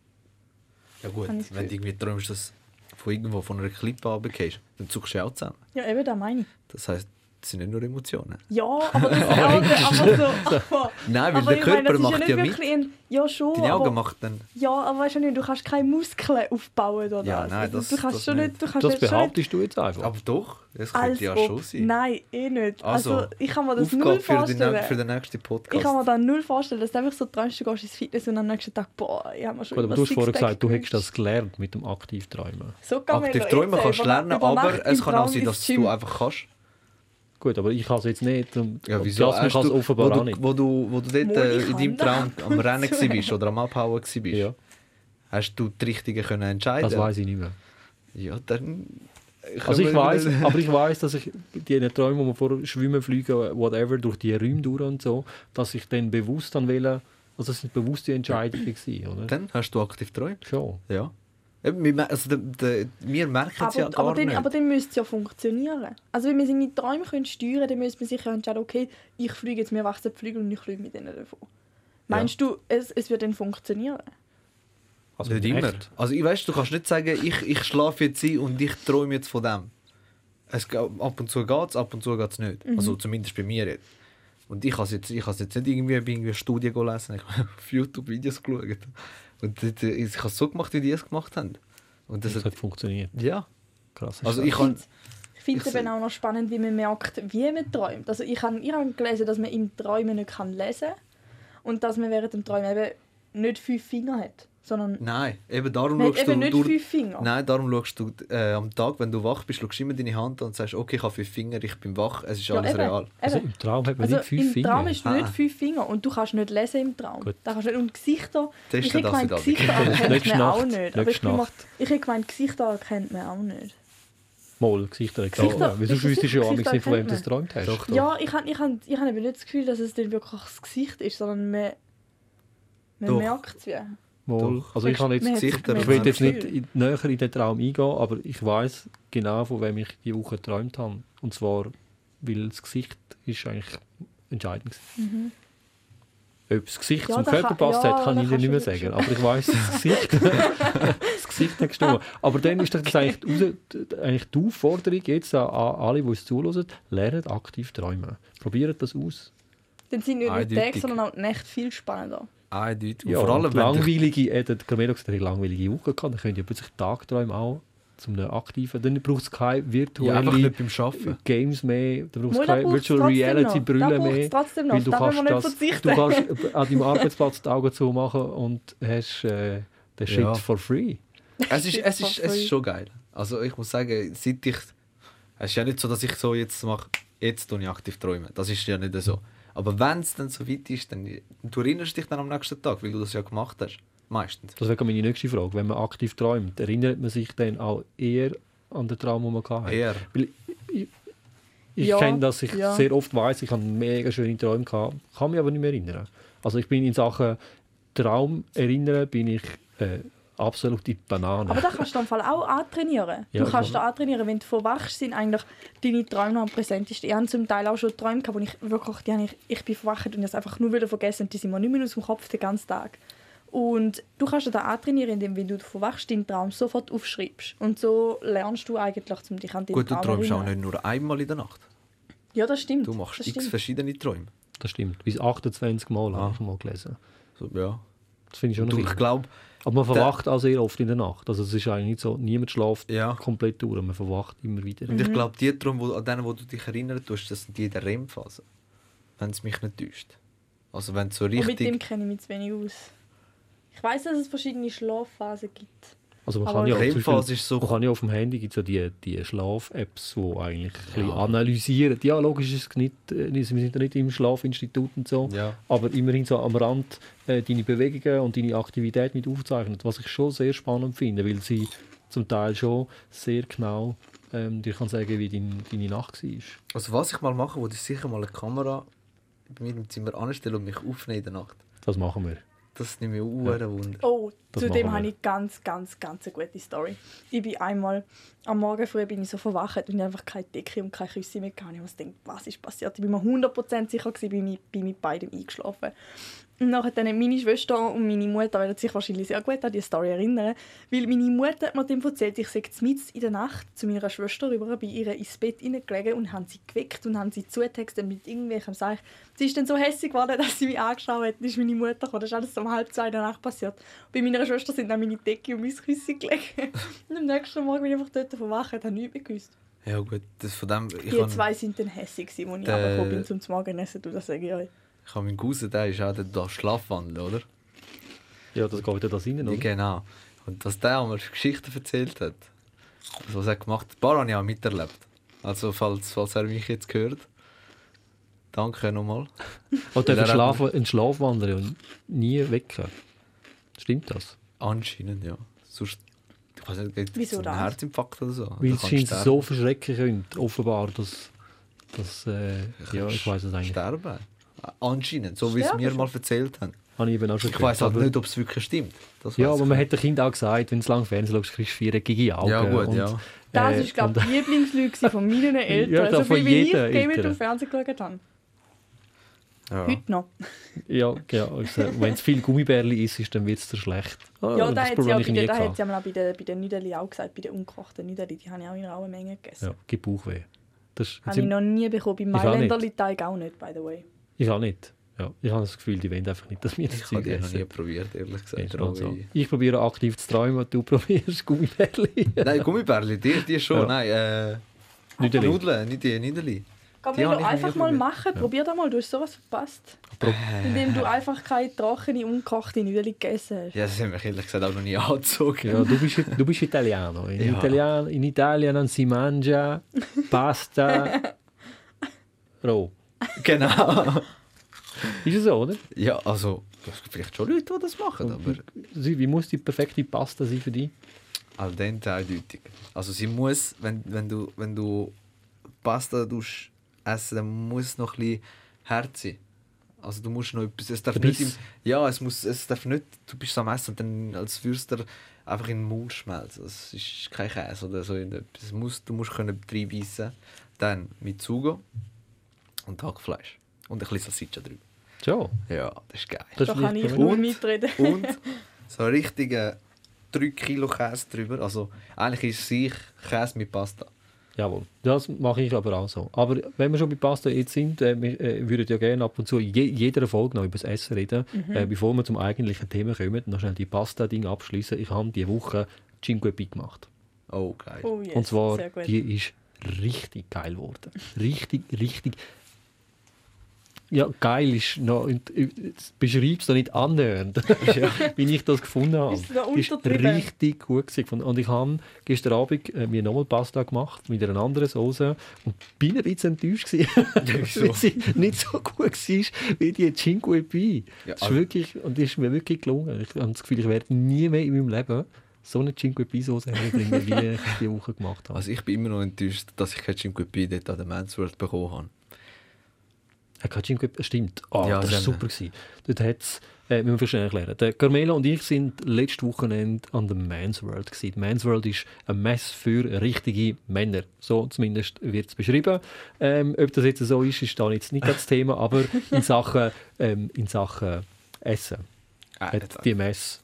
Ja gut,
Habe ich das
wenn du irgendwie träumst, dass du von irgendwo von einer Klippe runtergehst, dann zuckst du ja auch zusammen.
Ja, eben, da meine ich.
Das heisst, es sind nicht nur Emotionen.
Ja, aber
*laughs*
das ist aber, aber so. Aber,
Nein, weil
aber
der
ich
Körper
meine, das ist
macht ja
nicht wirklich Ein, ja, schon.
Deine Augen
aber,
machen dann...
Ja, aber weißt du nicht, du kannst keine Muskeln aufbauen oder
Ja,
das.
nein,
Also
das-
du kannst
das
schon
nicht.
nicht. Du kannst
Das
nicht, schon nicht
behauptest du jetzt einfach.
Aber doch, das
als
könnte ja
ob.
schon sein.
Oh. Also, Nein, eh nicht. Also,
Also,
ich kann mir das
Aufgabe
null
für den,
vorstellen.
nä- für den nächsten Podcast.
ich kann mir da null vorstellen, dass du einfach so träumst, du gehst ins Fitness und am nächsten Tag, boah, ich habe mir schon
Gut, aber
immer
du hast vorher
Sixpack
gesagt, du hättest
gewünscht.
das gelernt mit dem aktiv Träumen.
so kann man
Aktiv
ja
träumen
jetzt
kannst du
über-
lernen,
über Nacht
aber
im
es kann auch
Traum
sein,
ins
dass
Gym.
du einfach kannst.
Gut, aber ich kann es jetzt nicht. Und
Ja,
und
wieso?
Jasmin
Hast
kann es
du-
offenbar
wo
auch nicht.
Du, wo, du, wo du dort
Mal,
äh,
ich
in
kann
deinem
da
Traum
ab
am
und *laughs*
Rennen
zu.
warst oder am Abhauen warst,
Ja,
hast du die richtigen können entscheiden
das weiß ich nicht mehr.
Ja, dann...
Also
können
ich
wir-
weiß, aber ich weiß, dass ich die Träume, wo man vor Schwimmen, Fliegen, whatever, durch die Räume durch und so, dass ich dann bewusst dann wählen, also das sind bewusste Entscheidungen gewesen, oder?
*laughs* Dann hast du aktiv geträumt.
Schon.
Ja. Eben, wir mer- also, de, de, wir merken es
Aber,
ja gar
aber, dann,
nicht.
aber dann müsste es ja funktionieren. Also wenn man seine Träume können steuern kann, dann müsste man sich ja entscheiden, okay, ich fliege jetzt, mir wachsen die Flügel und ich fliege mit denen davon. Meinst du, es, es wird dann funktionieren?
Also
nicht
echt.
immer. Also ich weiß, du kannst nicht sagen, ich, ich schlafe jetzt ein und ich träume jetzt von dem. Es, ge- ab und zu geht es, ab und zu geht es nicht.
Mhm.
Also zumindest bei mir jetzt. Und ich habe jetzt, ich has jetzt nicht irgendwie, bin irgendwie eine Studie gelesen, ich *laughs* habe auf YouTube Videos geschaut. Und dort, äh, ich habe es so gemacht, wie die es gemacht haben. Und das
Das
hat,
hat funktioniert.
ja,
Krass.
also ich kann...
Ich finde es
Ich
eben auch noch spannend, wie man merkt, wie man träumt. Also ich habe ich hab gelesen, dass man im Träumen nicht kann lesen kann und dass man während dem Träumen eben nicht fünf Finger hat, sondern
Nein, eben darum
man hat
schaust
eben
du...
nicht
durch-
fünf Finger.
Nein, darum schaust du äh, am Tag, wenn du wach bist, schaust du immer deine Hand an und sagst, okay, ich habe fünf Finger, ich bin wach, es ist
Ja,
alles
eben,
real.
also
eben.
im Traum hat man
Also
nicht fünf
im
Finger.
Traum ist nicht
Ah.
fünf Finger und du kannst nicht lesen im Traum.
Gut.
Da kannst du nicht, und Gesichter,
Testen
ich hätte
das
gemeint,
heute Abend.
Gesichter erkennt
Nächste
man auch
Nacht.
nicht. Aber ich,
Nächste
bin mir-
Nacht.
ich hätte gemeint, Gesichter erkennt man auch nicht.
Mal, Gesichter hat
Gesichter-
gesagt. Wieso
Gesichter-
wüsstest du ja auch nicht,
Gesichter
von wem du das
kennt
geträumt hast?
Doch, doch.
Ja, ich habe ich hab, ich hab eben nicht das Gefühl, dass es dann wirklich das Gesicht ist, sondern man, man
Doch.
merkt es wie.
Mal.
Doch.
Also ich habe jetzt...
Man hat-
Gesichter-
Ich
man hat
will
das
jetzt nicht
Gefühl.
in, näher in den Traum eingehen, aber ich weiß genau, von wem ich die Woche geträumt habe. Und zwar, weil das Gesicht ist eigentlich entscheidend war. Ob das Gesicht
Mhm. Ja,
zum
da
Körper
kann-
gepasst
ja,
hat, kann
da
ich dir nicht mehr
kannst du
sagen. Aber ich weiß,
*laughs*
das Gesicht, *laughs* das Gesicht hat gestimmt. Aber dann ist das eigentlich, raus- eigentlich die Aufforderung jetzt an, an alle, die es zuhören, lernt aktiv träumen. Probiert das aus.
Dann sind nicht nur die Tage,
Eindeutig.
sondern auch die Nächte viel spannender.
Eindeutig.
Ja,
und vor allem, wenn du,
langweilige, äh, der Camelo hat eine langweilige Woche gehabt, dann könnt ihr plötzlich Tagträume auch zum einem aktiven, dann braucht es keine
ja, einfach
virtuelle
nicht beim Arbeiten.
Games mehr, dann brauchst du
Mal, da
keine
braucht's
Virtual
trotzdem
Reality
noch.
Brille
Da braucht's
mehr,
trotzdem noch.
weil du
Da
kannst,
wollen wir nicht
das, du
verzichten.
kannst an deinem Arbeitsplatz eh, die Augen zumachen und hast äh, den Shit
Ja.
for free.
Es ist, es, ist, es
Sorry.
ist schon geil. Also ich muss sagen, seit ich... Es ist ja nicht so, dass ich so jetzt mache, jetzt tue ich aktiv träumen. Das ist ja nicht so. Aber wenn es dann so weit ist, dann du erinnerst dich dann am nächsten Tag, weil du das ja gemacht hast. Meistens.
Das wäre meine nächste Frage. Wenn man aktiv träumt, erinnert man sich dann auch eher an den Traum, den man hatte?
Eher.
Weil ich ich
Ja,
kenne das, ich
ja.
sehr oft weiß, ich habe mega schöne Träume gehabt, kann mich aber nicht mehr erinnern. Also ich bin in Sachen Traum erinnern, bin ich äh, absolute Banane.
Aber das kannst du im Fall auch antrainieren.
Ja,
du kannst
klar.
da antrainieren, wenn du verwachst, sind eigentlich deine Träume noch am präsentesten. Ich habe zum Teil auch schon Träume gehabt, wo ich wirklich, die habe ich, ich bin verwacht und das einfach nur wieder vergessen und die sind mir nicht mehr aus dem Kopf den ganzen Tag. Und du kannst dir das antrainieren, indem wenn du verwachst, deinen Traum sofort aufschreibst. Und so lernst du eigentlich, um dich an deinen
Gut, du
Traum
träumst auch
erinnern.
nicht nur einmal in der Nacht.
Ja, das stimmt.
Du machst
das
x
stimmt.
verschiedene Träume.
Das stimmt. Bis 28 Mal
Ah.
habe ich mal gelesen.
So, ja.
Das finde ich schon
Du,
noch
ich
viel.
glaube,
Aber man verwacht auch sehr oft in der Nacht. Also es ist eigentlich nicht so, niemand schläft
Ja.
komplett durch. Man verwacht immer wieder.
Und
Mhm.
ich glaube, die Träume, wo, an denen, wo du dich erinnern tust, das sind die in der REM-Phase. Wenn es mich nicht täuscht. Also wenn so
Und mit dem
richtig...
kenne ich mich zu wenig aus. Ich weiß, dass es verschiedene Schlafphasen gibt.
Also man
Aber
kann, ja,
in
zum
dem
Beispiel,
Fall ist so-
man kann ja auf dem Handy gibt's ja die, die Schlaf-Apps, die eigentlich ein bisschen
Ja.
analysieren. Ja, logisch ist es nicht, äh, wir sind ja nicht im Schlafinstitut und so,
Ja.
aber immerhin so am Rand äh, deine Bewegungen und deine Aktivität mit aufzeichnen, was ich schon sehr spannend finde, weil sie zum Teil schon sehr genau ähm, dir kann sagen, wie dein, deine Nacht war.
Also was ich mal mache, wo ich sicher mal eine Kamera bei mir im Zimmer anstelle und mich aufnehme in der Nacht.
Das machen wir.
Das nimmt mir uhr Wunder.
Oh,
Das
zu dem
machen wir.
habe ich ganz, ganz, ganz eine gute Story. Ich bin einmal am Morgen früh bin ich so verwacht und ich einfach keine Decke und keine Küsse mehr gehabt. Ich habe gedacht, was ist passiert? Ich bin mir 100% sicher gewesen, bin mit, bin mit beidem eingeschlafen. Und nachher dann haben meine Schwester und meine Mutter werden sich wahrscheinlich sehr gut an die Story erinnern, weil meine Mutter hat mir dem erzählt, ich sei mitten in der Nacht zu meiner Schwester rüber, bei ihr ins Bett hineingelegen und haben sie geweckt und haben sie zutextet mit irgendwelchem Zeug. Sie ist dann so hässlich geworden, *laughs* dass sie mich angeschaut hat, dann ist meine Mutter gekommen, das ist alles um halb zwei in der Nacht passiert. Bei meiner Schwester sind dann meine Decke und mein Küsschen gelegen. *laughs* und am nächsten Morgen bin ich einfach dort verwacht, habe nichts mehr gewusst.
Ja gut, das von dem... Ich
Die
habe
zwei sind dann hässlich, als ich
Äh,
Der-
angekommen bin zum Morgenessen, du, das sage ich euch.
ich habe meinen Cousin, der ist auch der, der Schlafwandel, oder?
Ja, das geht ja da rein,
Ja,
oder?
genau. Und dass der mir Geschichten erzählt hat, also was er gemacht hat, ein paar habe ich auch miterlebt. Also falls, falls er mich jetzt hört, danke nochmal.
Oder
Weil er
ein, Schlaf, ein Schlafwanderer und nie wecken. Stimmt das?
Anscheinend, ja. Sonst, ich weiß nicht, gibt es um
Wieso
einen
das?
Herzinfarkt oder so?
Weil
Du
es
kannst
scheint
sterben.
so verschrecken könnte, offenbar, dass. dass äh, ja, ich weiß es eigentlich.
Sterben? Anscheinend, so wie es
Sterben
mir
schon.
mal erzählt haben.
Habe ich eben auch schon
Ich weiß halt
aber,
nicht, ob es wirklich stimmt. Das
Ja,
weiss
aber
ich
man
nicht.
hat dem Kind auch gesagt, wenn du lange Fernsehen schaust, kriegst du viereckige Augen.
Ja, gut,
und,
ja.
Das
äh,
ist, glaube ich,
und- *laughs*
die Lieblingslüge von meinen Eltern. Also
Ja, da
so
von
viel wie ich
jeder
Gaming
Eltern.
auf Fernsehen geschaut habe.
Ja.
Heute noch.
Ja, ja also, wenn es viel Gummibärli ist, ist, dann wird es dir schlecht. Ah,
Ja, da
das
hat sie
Problem
ja
habe
bei
ich nie
den, da hat
gehabt.
sie einmal auch bei den, bei den Nüdeli auch gesagt, bei den ungekochten Nüdeli, die habe ich auch in rauer Menge gegessen.
Ja, gibt Bauchweh. Das ist,
Habe ich noch nie bekommen. Beim
Ich auch nicht.
Mailänderli-Teig auch nicht, by the way.
ich auch nicht. Ja, ich habe das Gefühl, die wollen einfach nicht, dass wir das
Ich habe
Zeug
die noch
essen.
nie probiert, ehrlich
Ja,
gesagt.
ist mal so.
Rogi.
Ich probiere aktiv zu träumen, du *laughs* probierst
*laughs*
Gummibärli.
Nein, Gummibärli, die, die schon.
Ja.
Nein, äh,
Nüdeli.
Nudeln, nicht die Niederli.
Gab
Die habe ich noch nie
einfach mal
probiert.
machen. Probier das mal, du hast sowas verpasst. Indem du einfach keine trockene, ungekochte Nüdeli gegessen hast.
Ja, das haben mich ehrlich gesagt auch noch nie angezogen.
Ja, du bist, du bist Italiano. In,
Ja.
Italien, in Italien non si mangia Pasta roh.
*laughs* Genau.
Ist es so, oder?
Ja, also, es gibt vielleicht schon Leute, die das machen, aber
Sie- Wie muss die perfekte Pasta sein für dich?
al dente eindeutig. Also sie muss, wenn, wenn, du, wenn du Pasta tust, essen, dann muss es noch ein bisschen hart sein. Also du musst noch etwas, es darf
Der
nicht im,
Biss.
ja, es muss, es darf nicht, du bist am Essen und dann als würdest du einfach in den Mund schmelzen. Das ist kein Käse oder so irgendetwas. Es muss, du musst können reinbeissen. Dann mit Zugo und Hackfleisch. Und ein bisschen Salsiccia drüber.
So,
Ja, das ist geil.
das
da
ist
kann
nicht
ich
gemein.
nur
Und-
mitreden.
Und so einen richtigen 3 Kilo Käse drüber. Also eigentlich ist sich Käse mit Pasta.
Jawohl, das mache ich aber auch so. Aber wenn wir schon bei Pasta jetzt sind, äh, wir äh, würden ja gerne ab und zu in je, jeder Folge noch über das Essen reden, äh, bevor wir zum eigentlichen Thema kommen, noch schnell die Pasta-Ding abschließen. Ich habe diese Woche Cinquepi gemacht.
Oh, geil.
*laughs* Oh yes,
Und zwar,
sehr gut.
die ist richtig geil geworden. Richtig, richtig. Ja, geil ist noch. und, äh, Beschreib's doch nicht annähernd, *laughs* wie ich das gefunden habe.
Ist noch
Ist
untertrieben.
richtig gut gewesen. gefunden. Und ich habe gestern Abend äh, mir nochmal Pasta gemacht mit einer anderen Soße und bin ein bisschen enttäuscht gewesen, *laughs*
wieso?
weil sie nicht so gut war wie die Cinquepi.
Ja,
das ist
also-
wirklich, und das ist mir wirklich gelungen. Ich habe das Gefühl, ich werde nie mehr in meinem Leben so eine Cinquepi-Soße herbringen, wie ich die Woche gemacht habe.
Also ich bin immer noch enttäuscht, dass ich kein Cinque Pie dort an der Man's World bekommen habe.
Herr Kaczynski, stimmt. Ah,
Ja,
das
sie
war
haben-
super. Gewesen. Dort hat's, äh, müssen wir verschnell erklären. Der Carmelo und ich sind letztes Wochenende an der Man's World. Gewesen. Die Man's World ist eine Messe für richtige Männer. So zumindest wird es beschrieben. Ähm, ob das jetzt so ist, ist da jetzt nicht *laughs* das Thema, aber in Sachen, ähm, in Sachen Essen
Ah,
hat die Messe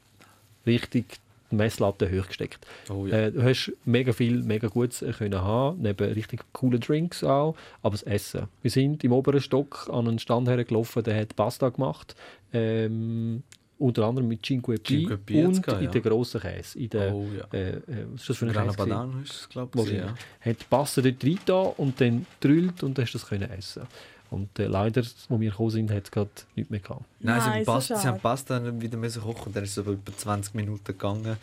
richtig die Messlatte hochgesteckt.
oh, ja.
Äh, du hast mega viel, mega Gutes äh, können haben, neben richtig coolen Drinks auch, aber das Essen. Wir sind im oberen Stock an einen Stand hergelaufen, der hat Pasta gemacht, ähm, unter anderem mit Cinque Pie
Cinque Pie hat's
und
gehabt,
in
ja.
den grossen Käse. In den,
oh ja.
äh, äh, was ist das für ein
Grana
Käse? gewesen?
Badano ist es, glaube ich.
Wahrscheinlich.
Ja.
Hat die Pasta dort reingetan und dann drüllt und hast das können essen. Und äh, leider, wo wir gekommen sind, hat es gerade nichts mehr gehabt.
Nein, sie,
Nein,
haben
so
Pasta, sie
schade.
haben Pasta dann wieder müssen kochen und dann ist es aber über 20 Minuten gegangen.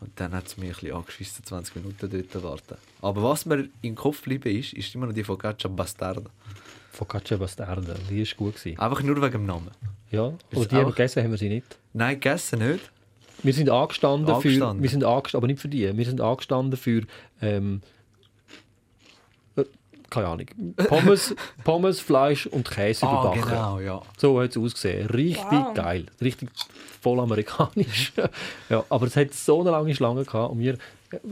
Und dann hat es mich ein bisschen angeschissen, 20 Minuten dort zu warten. Aber was mir im Kopf geblieben ist, ist immer noch die Focaccia Bastarda.
Focaccia Bastarda, die war gut. Gewesen.
Einfach nur wegen dem Namen.
Ja, aber
Ist
die haben wir
auch-
gegessen, haben wir sie nicht.
Nein, gegessen nicht.
Wir sind angestanden, für.
Angestanden?
Wir sind angestanden, aber nicht für die. Wir sind angestanden für. Ähm, äh, keine Ahnung.
*laughs*
Pommes, Pommes, Fleisch und Käse
Ah,
überbacken.
genau, ja.
So hat es ausgesehen. Richtig
Wow.
geil. Richtig voll amerikanisch. *laughs* ja, aber es hat so eine lange Schlange gehabt und wir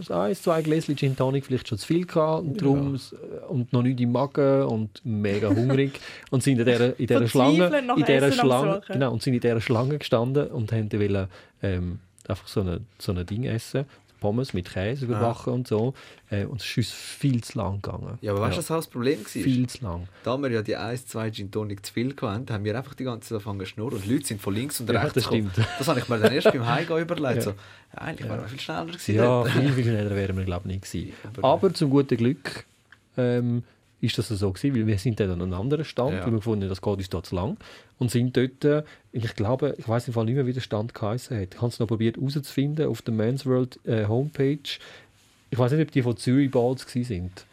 ja, ein, zwei Gläschen Gin Tonic vielleicht schon zu viel gehabt und, drum, äh, und noch nicht im Magen und mega
*laughs*
hungrig und sind in dieser, in dieser Schlange
Verzweifelt nach
in dieser
Essen am
Schlange,
Suchen.
genau, und sind in dieser Schlange gestanden und haben dann wollen, ähm, einfach so ein so eine Ding essen. Pommes mit
Ah.
Käse überwachen und so. Äh, und es ist uns viel zu lang gegangen.
Ja, aber weißt du, was auch das Problem war?
Viel zu lang.
Da wir ja die 1, 2 Gin Tonic zu viel gehabt haben, haben wir einfach die ganze Zeit angefangen zu schnurren und die Leute sind von links und
Ja,
rechts
das
gekommen.
stimmt.
Das habe ich mir dann erst
*laughs*
beim Heimgehen überlegt.
Ja.
So, ja, eigentlich wären wir viel schneller gewesen.
Ja,
dort.
viel, viel schneller wären wir, glaube ich, nicht gewesen.
Aber-
Aber zum guten Glück ähm, ist das so gewesen, weil wir sind dann an einem anderen Stand,
Ja.
weil wir gefunden haben, das geht uns da zu lang. Und sind dort, äh, ich glaube, ich weiß im Fall nicht mehr, wie der Stand geheißen hat. Ich habe es noch probiert herauszufinden auf der Men's World äh, Homepage. Ich weiß nicht, ob die von Zürich Balls gewesen sind.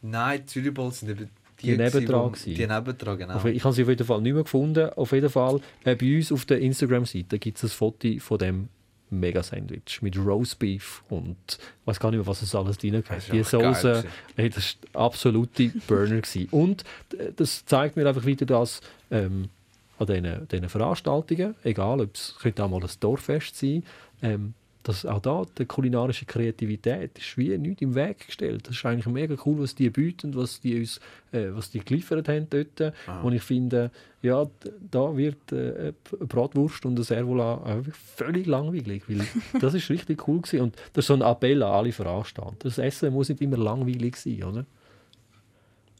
Nein, die Zürich Balls sind eben die,
Die nebendran
gewesen, wo-
gewesen.
Die nebendran, genau.
Auf- Ich habe sie auf jeden Fall nicht mehr gefunden. Auf jeden Fall, äh, bei uns auf der Instagram-Seite gibt es ein Foto von dem Mega-Sandwich mit Roastbeef und ich weiß gar nicht mehr, was es alles drin
Das
hat.
ist
Die
einfach geil
Soße,
gewesen.
ey, das war der absolute Burner. Gewesen. Und äh, das zeigt mir einfach wieder, dass ähm, an diesen, diesen Veranstaltungen, egal ob es könnte auch mal ein Dorffest sein, ähm, dass auch da die kulinarische Kreativität ist wie nichts im Weg gestellt. Das ist eigentlich mega cool, was die bieten, und was die uns äh, was die geliefert haben dort.
Ah.
Und ich finde, ja, d- da wird äh, eine Bratwurst und ein Servola einfach völlig langweilig,
*laughs*
weil das ist richtig cool gewesen. und das ist so ein Appell an alle Veranstalter. Das Essen muss nicht immer langweilig sein, oder?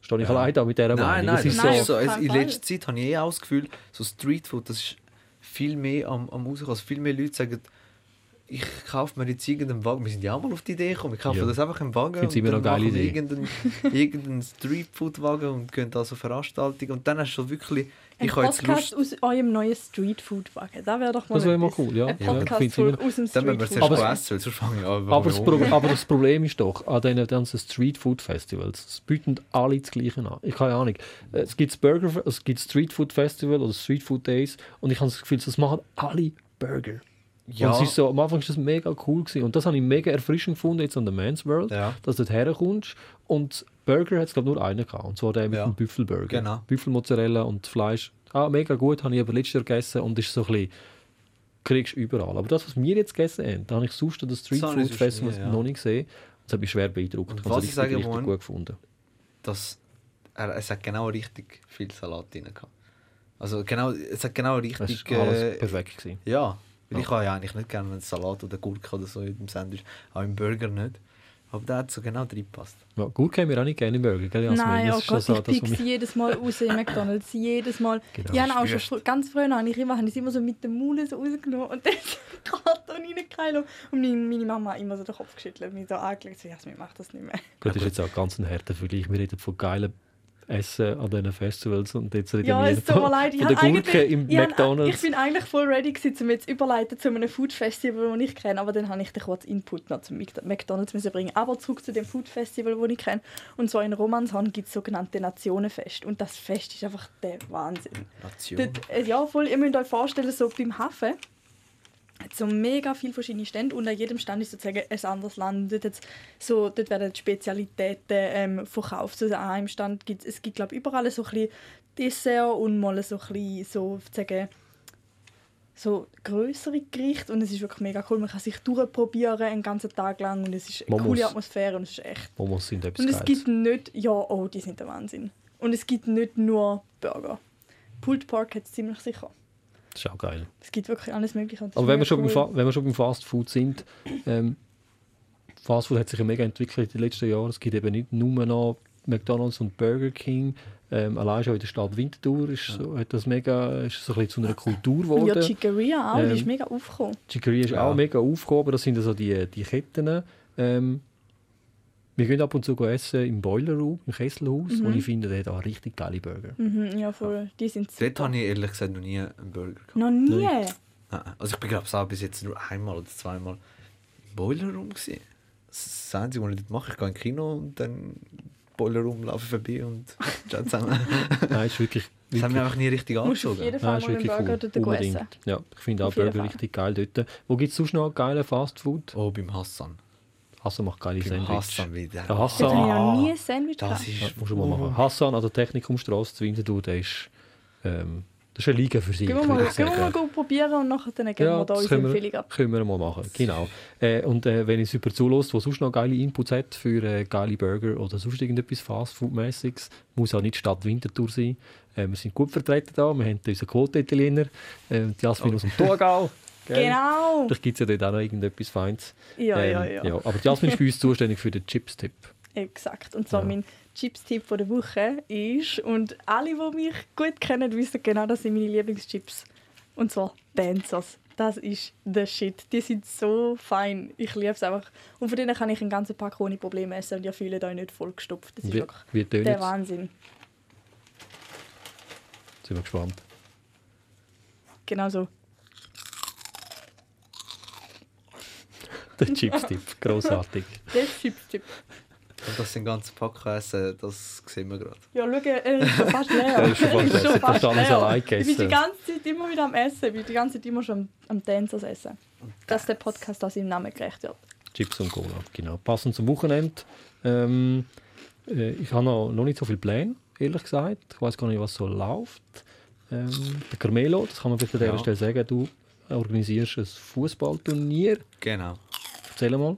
Stehe ich allein da mit dieser Meinung?
Nein, nein,
Es
das
ist
ist
Nein,
so,
so, so
auf
es-
keinen
in
Fall.
letzter Zeit habe ich eh auch das Gefühl, so Streetfood, das ist viel mehr am, am Rauskommen. Also viel mehr Leute sagen, ich kaufe mir jetzt irgendeinen Wagen. Wir sind ja auch mal auf die Idee gekommen, ich kaufe
Ja.
das einfach im Wagen
Find's immer
dann
noch eine geile
machen wir
Idee. *laughs*
irgendeinen, irgendeinen Streetfood-Wagen und gehen da so Veranstaltungen. Und dann hast du schon wirklich,
Ein
ich habe jetzt
Podcast
Lust,
aus eurem neuen Streetfood-Wagen. Das wäre doch mal
Das wäre mal
etwas.
cool, ja.
Ein
Ja,
Podcast
find's immer-
aus dem
dann müssen wir es
Streetfood.
erst
Aber-
mal essen, weil sonst fange ich an.
Aber das,
warum?
Pro aber
*laughs*
das Problem ist doch, an diesen ganzen Streetfood-Festivals, es bieten alle das Gleiche an. Ich keine Ahnung. Es gibt das Burger, es gibt das Streetfood-Festival oder Streetfood-Days und ich habe das Gefühl, das machen alle Burger.
Ja.
Und es ist so, am Anfang war das mega cool gewesen. und das habe ich mega erfrischend gefunden jetzt an der Man's World,
Ja.
dass du dort herkommst und Burger hat es glaube nur einen gehabt und zwar der mit
Ja.
dem Büffelburger.
Genau.
Büffelmozzarella und Fleisch. Ah, mega gut, habe ich aber letztes Jahr gegessen und ist so ein bisschen kriegst du überall. Aber das, was wir jetzt gegessen haben, da habe ich sonst an den
habe ich
Streetfood
sonst
Festival
nie, ja.
noch nicht gesehen. Das habe ich schwer beeindruckt. Also
Und
ich habe es
was ich
richtig,
sagen
richtig
wollte-
gut gefunden.
dass er, es hat genau richtig viel Salat drin gehabt. Also genau, es hat genau
Das
richtig...
ist alles
äh,
perfekt. Gewesen.
Ja, weil ich habe ja eigentlich nicht gerne einen Salat oder Gurke oder so in dem Sandwich. Auch im Burger nicht. Aber der hat so genau reingepasst.
Ja, Gurke haben wir auch nicht gerne im Burger, gell? Jasmin?
Nein,
Das
oh
also ist schon
Gott,
so,
ich
das, was
pick
mich-
sie jedes Mal raus in McDonalds. Jedes Mal.
Genau,
die haben auch schon
spürst.
fr ganz früh noch, habe ich immer, habe ich sie immer so mit dem Maul so rausgenommen und *laughs* dann Karton reingekeilt. um- Und meine, meine Mama hat immer so den Kopf geschüttelt und mich so angelegt. So, Jasmin, mach das nicht mehr.
Gut, das ist jetzt auch ganz ein harter Vergleich. Wir reden von geilen Essen an diesen Festivals und jetzt reden
Ja,
wir
es tut mir leid. Ich
von der
habe
Gurke
eigentlich-
im
ich habe- Ich
McDonalds.
bin eigentlich voll ready, gewesen, um jetzt überleiten zu einem Food Festival, das ich kenne. Aber dann habe ich den kurzen Input noch zum Mc- McDonalds müssen bringen. Aber zurück zu dem Food Festival, das ich kenne. Und zwar in Romanshorn gibt es sogenannte Nationenfest. Und das Fest ist einfach der Wahnsinn.
Nation.
Dort, äh, ja, voll. Ihr müsst euch vorstellen, so beim Hafen hat so mega viele verschiedene Stände und an jedem Stand ist sozusagen ein anderes Land. Dort, hat's so, Also dort werden die Spezialitäten ähm, verkauft. So an einem Stand gibt es, gibt, glaube überall so ein bisschen Dessert und mal so ein bisschen, so, sagen, so größere Gerichte und es ist wirklich mega cool. Man kann sich durchprobieren einen ganzen Tag lang und es ist eine
Man
coole
muss.
Atmosphäre und es ist echt.
Momos Oh, sind etwas
Und es
Geiles.
gibt nicht, ja, oh, die sind der Wahnsinn. Und es gibt nicht nur Burger. Pulled Pork hat es ziemlich sicher.
Das ist auch geil.
Es gibt wirklich alles Mögliche. und das
Aber
ist
wenn wir,
mega
schon beim, Fa- wenn wir schon beim Fast Food sind, ähm, Fast Food hat sich ja mega entwickelt in den letzten Jahren. Es gibt eben nicht nur noch McDonalds und Burger King. Ähm, allein schon in der Stadt Winterthur ist, so, hat das mega, ist so ein bisschen zu einer Kultur geworden.
Ja, Chicoria auch, die ist
Ähm,
mega aufgekommen.
Chicory ist
Ja.
auch mega aufgehoben. aber Das sind also die, die Ketten. Ähm, wir gehen ab und zu go essen im Boiler Room, im Kesselhaus.
Mhm.
Und ich finde, der hat auch richtig geile Burger.
Mhm, ja, voll. Die sind
Dort
super.
habe ich ehrlich gesagt noch nie einen Burger gehabt.
Noch nie.
Nein, nein. Also ich bin glaube ich auch bis jetzt nur einmal oder zweimal im Boiler Room gewesen. Das ist das Einzige, was ich dort mache. Ich gehe ins Kino und dann im Boiler Room laufe ich vorbei und *laughs* schaue zusammen.
Nein, ist wirklich.
Das haben
wirklich
wir einfach nie richtig
Musst du auf jeden
angezogen.
Fall
Ah, ist
mal einen
wirklich
Burger
cool.
dort go
Unbedingt.
essen.
Ja, ich finde auch
Auf jeden
Burger
Fall.
richtig geil dort. Wo gibt es sonst noch geile Fast Food?
Oh, beim Hassan.
Hassan macht geile
Beim
Sandwich.
Hassan wieder.
Der Hassan.
Dort habe ich noch
Ah,
nie ein Sandwich
Das
gehabt.
Ja,
ist...
musst du mal machen.
Uh-huh.
Hassan an der Technikumstrasse zu Winterthur, der ist, ähm, das ist eine Liga für sich.
Gehen wir
würde
mal,
ich
gehen wir
sagen.
mal gut probieren und nachher dann geben
Ja,
wir da
das
unsere
können wir,
Empfehlung ab.
können wir mal machen. Genau. Äh, und äh, wenn ich super zulässt, was sonst noch geile Inputs hat für äh, geile Burger oder sonst irgendetwas Fastfood-mäßiges, muss auch nicht Stadt Winterthur sein. Äh, wir sind gut vertreten da. Wir haben unseren Quote-Italiener, äh, die Jasmin aus dem
*laughs*
Thurgau. gell?
Oh.
*laughs*
Genau.
Vielleicht gibt es ja dort auch noch irgendetwas Feines.
Ja,
Ähm,
ja, ja,
Aber die Jasmin ist bei uns zuständig für den Chips-Tipp.
Exakt. Und zwar
Ja.
mein Chips-Tipp von der Woche ist, und alle, die mich gut kennen, wissen genau, das sind meine Lieblingschips. Und zwar Dancers. Das ist der Shit. Die sind so fein. Ich liebe es einfach. Und von denen kann ich einen ganzen Pack ohne Probleme essen und ich fühle euch nicht vollgestopft. Das ist
Wie,
wirklich
wie tönt
der
es?
Wahnsinn.
Sind wir gespannt.
Genau so.
Der
*laughs*
Chips-Tipp. Grossartig.
Der Chips-Tipp.
Und das sind ganze Pack essen, das sehen wir gerade.
Ja, schau, er ist schon fast
*laughs*
leer.
Er ist schon fast
Er
leer. Das haben wir so allein
Ich bin die
gegessen.
ganze Zeit immer wieder am Essen. Ich bin die ganze Zeit immer schon am, am Dancers essen. Dass der Podcast aus seinem Namen gerecht wird.
Chips und Cola, genau. Passend zum Wochenende. Ähm, äh, ich habe noch, noch nicht so viel Pläne, ehrlich gesagt. Ich weiß gar nicht, was so läuft. Ähm, der Carmelo, das kann man vielleicht an dieser
Ja.
Stelle sagen, du organisierst ein Fußballturnier.
Genau.
Erzähl mal.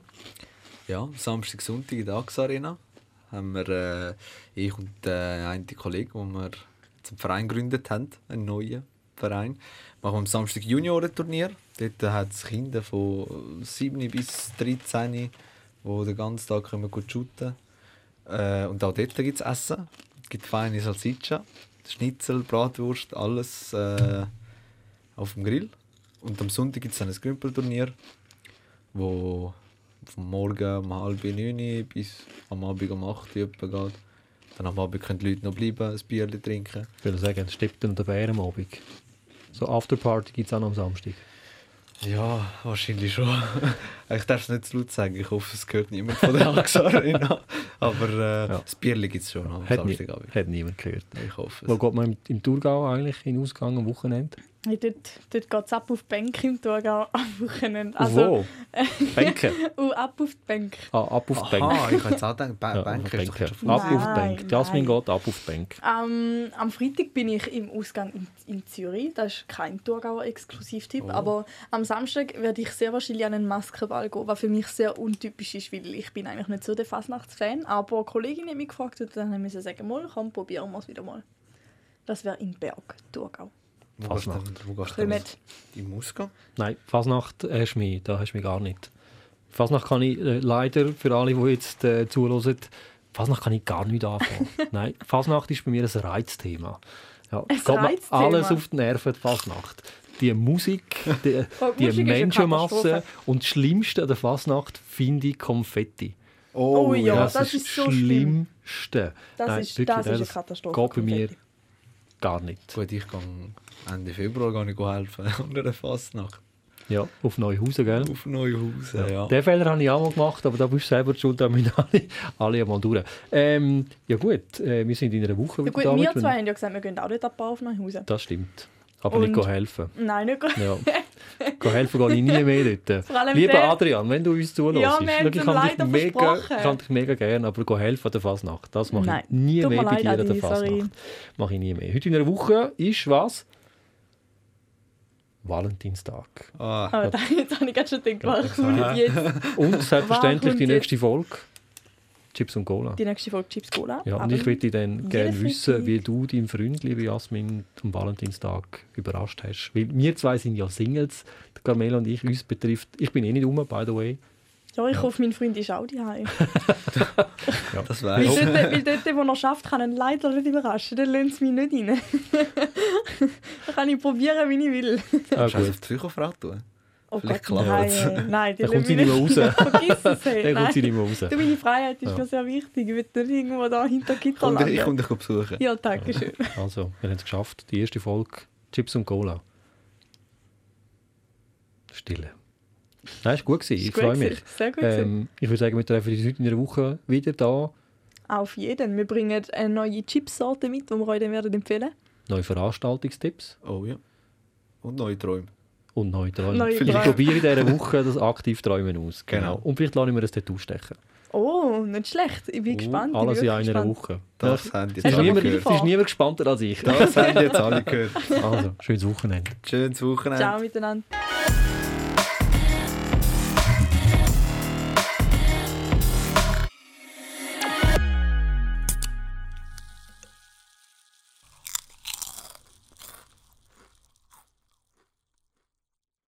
Ja, Samstag, Sonntag in der AXA-Arena haben wir, äh, ich und äh, der eine Kollege, wo wir zum Verein gegründet haben, einen neuen Verein, machen wir am Samstag Juniorenturnier. Dort hat es Kinder von 7 bis 13, die den ganzen Tag können gut shooten äh, Und auch dort gibt es Essen. Es gibt feine Salsiccia, Schnitzel, Bratwurst, alles äh, auf dem Grill. Und am Sonntag gibt es dann ein Grümpelturnier wo vom Morgen um halb neun bis am Abend um acht Uhr etwa geht. Dann am Abend können die Leute noch bleiben, ein Bier trinken.
Ich würde sagen, es steppt und der Bär am Abend. So Afterparty gibt es auch noch am Samstag.
Ja, wahrscheinlich schon. *laughs* ich darf es nicht zu laut sagen, ich hoffe, es gehört niemand von
*laughs*
der AXA Arena. Aber äh,
Ja.
das Bier gibt es schon am
Hat, nie,
Samstagabend.
hat niemand gehört.
Ich hoffe
Wo
es.
geht man im, im Thurgau eigentlich in den Ausgang am Wochenende?
Ja, dort dort geht es ab auf die Bank im Thurgau *laughs* am Wochenende.
Auf
*laughs*
*laughs*
Also,
wo? Bänke.
uh, ab auf die Bank.
Ah, ab auf die Bänke.
Aha, ich habe jetzt auch gedacht, ba
Ja,
Bank ist doch
Bänke.
jetzt schon
Ab auf
Nein,
die Bank. Jasmin
nein.
geht ab auf die Bank.
Ähm, am Freitag bin ich im Ausgang in, in Zürich. Das ist kein Thurgauer Exklusivtipp.
Oh.
Aber am Samstag werde ich sehr wahrscheinlich an einen Maskenball gehen, was für mich sehr untypisch ist, weil ich bin eigentlich nicht so der Fasnachtsfan. Aber eine Kollegin hat mich gefragt und dann musste ich sagen, mal, komm, probieren wir es wieder mal. Das wäre im Berg, Thurgau.
Wo gehst du denn- Wo gehst du denn?
Mit.
Im Ausgang?
Nein, Fasnacht hast du mich, da hast du mich gar nicht. Fasnacht kann ich äh, leider, für alle, die jetzt äh, zuhören, Fasnacht kann ich gar nicht anfangen.
*laughs*
Nein, Fasnacht ist bei mir ein Reizthema. Ja, es geht mir
Reizthema?
alles auf die Nerven, die Fasnacht. Die Musik,
*laughs*
die,
Oh, die
die
Musik ist eine
Menschenmassen
Katastrophe.
und das Schlimmste an der Fasnacht finde ich Konfetti.
Oh ja, das ist so schlimm.
Schlimmste.
Das
Nein,
ist-
wirklich,
das ist
nein,
eine Katastrophe,
Geht bei mir
Konfetti.
gar nicht.
Gut, ich gehe Ende Februar gar nicht helfen. *laughs* Unter der Fasnacht.
Ja, auf Neuhausen, gell?
Auf Neuhausen, ja.
Den Fehler habe ich auch mal gemacht, aber da bist du selber schon damit *laughs* alle, alle mal durch. Ähm, ja gut, äh, wir sind in einer Woche
Ja,
wieder
gut,
da.
wir
mit-
zwei haben ja gesagt, wir gehen auch dort ab auf nach Hause.
Das stimmt. Aber nicht
Und-
gehen helfen.
Nein, nicht gut. *laughs*
Ja. Gehen helfen gehe ich nie mehr dort.
Vor allem
Lieber
der-
Adrian, wenn du uns zulässt,
Ja, wir haben
schau,
es
ich,
ihm
kann dich
leider
mega, ich
versprochen.
kann dich mega gerne, aber gehen helfen an der Fasnacht. Das mache
Nein.
ich nie
Tut
mehr
mir
bei
leid,
dir an der
Adi, sorry.
Fasnacht. Mache ich nie mehr. Heute in einer Woche ist was? Valentinstag.
Ah,
*laughs* Aber da, jetzt habe ich gerade schon gedacht, was kommt jetzt? *gasps*
Und selbstverständlich die
kommt jetzt?
nächste Folge. Chips und Cola.
Die nächste Folge Chips Cola.
Ja, und
Aber
ich würde dann gerne
Freitag.
wissen, wie du deinen Freund, liebe Jasmin, am Valentinstag überrascht hast. Weil wir zwei sind ja Singles, die Carmela und ich, uns betrifft. Ich bin eh nicht um, by the
*laughs*
way.
Ja, ich hoffe, mein Freund ist
*laughs*
auch daheim.
das
Weil
wäre
dort, weil dort, wo er schafft, kann ihn leider nicht überraschen. Dann lassen sie mich nicht rein. *laughs* dann kann ich probieren, wie ich will.
Ah,
Scheiß auf
gut.
die Psychofrau tun.
Oh
Vielleicht
Gott,
klappt's.
nein. Nein, die
Dann kommt
lassen
sie
mich
nicht mehr
Vergiss es. Hey.
Dann kommt sie
Nein.
nicht mehr raus.
Du, meine Freiheit ist
Ja.
mir sehr wichtig. Ich will nicht irgendwo da hinter Gitter
Komm, ich
landen.
komme dich besuchen.
Ja, danke schön. *laughs*
Also, wir haben es geschafft. Die erste Folge: Chips und Cola. Stille. Nein, ist gut gewesen. Ich
Ist gut
freue
gewesen.
mich.
Sehr gut. gewesen.
Ähm, ich würde sagen, wir treffen uns heute in einer Woche wieder da.
Auf jeden. Wir bringen eine neue Chipsorte mit, die wir euch dann werden empfehlen
Neue Veranstaltungstipps.
Oh ja. Und neue Träume.
Und neu träumen.
Neue
ich
Träume.
probiere in dieser Woche das aktiv Träumen aus. Genau.
Genau.
Und vielleicht lasse ich mir das Tattoo stechen.
Oh, nicht schlecht. Ich bin gespannt. ich bin
Alles in
wirklich
einer
gespannt.
Woche.
Das haben
Es
jetzt
ist,
schon
alle
niemand,
mal
es
gehört.
gehört.
ist niemand gespannter als ich.
eh, Das haben jetzt alle gehört.
Also, schönes Wochenende.
Schönes Wochenende.
Ciao miteinander.